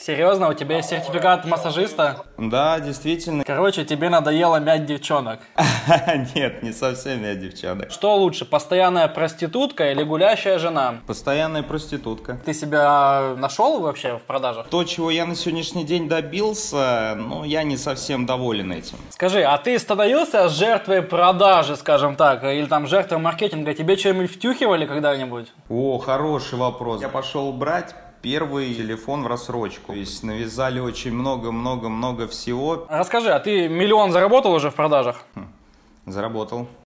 Серьезно, у тебя есть сертификат массажиста? Да, действительно. Короче, тебе надоело мять девчонок. Нет, не совсем я девчонок. Что лучше, постоянная проститутка или гулящая жена? Постоянная проститутка. Ты себя нашел вообще в продажах? То, чего я на сегодняшний день добился, ну, я не совсем доволен этим. Скажи, а ты становился жертвой продажи, скажем так, или там жертвой маркетинга? Тебе что-нибудь втюхивали когда-нибудь? О, хороший вопрос. Я пошел брать первый телефон в рассрочку. То есть навязали очень много-много-много всего. Расскажи, а ты миллион заработал уже в продажах? Заработал.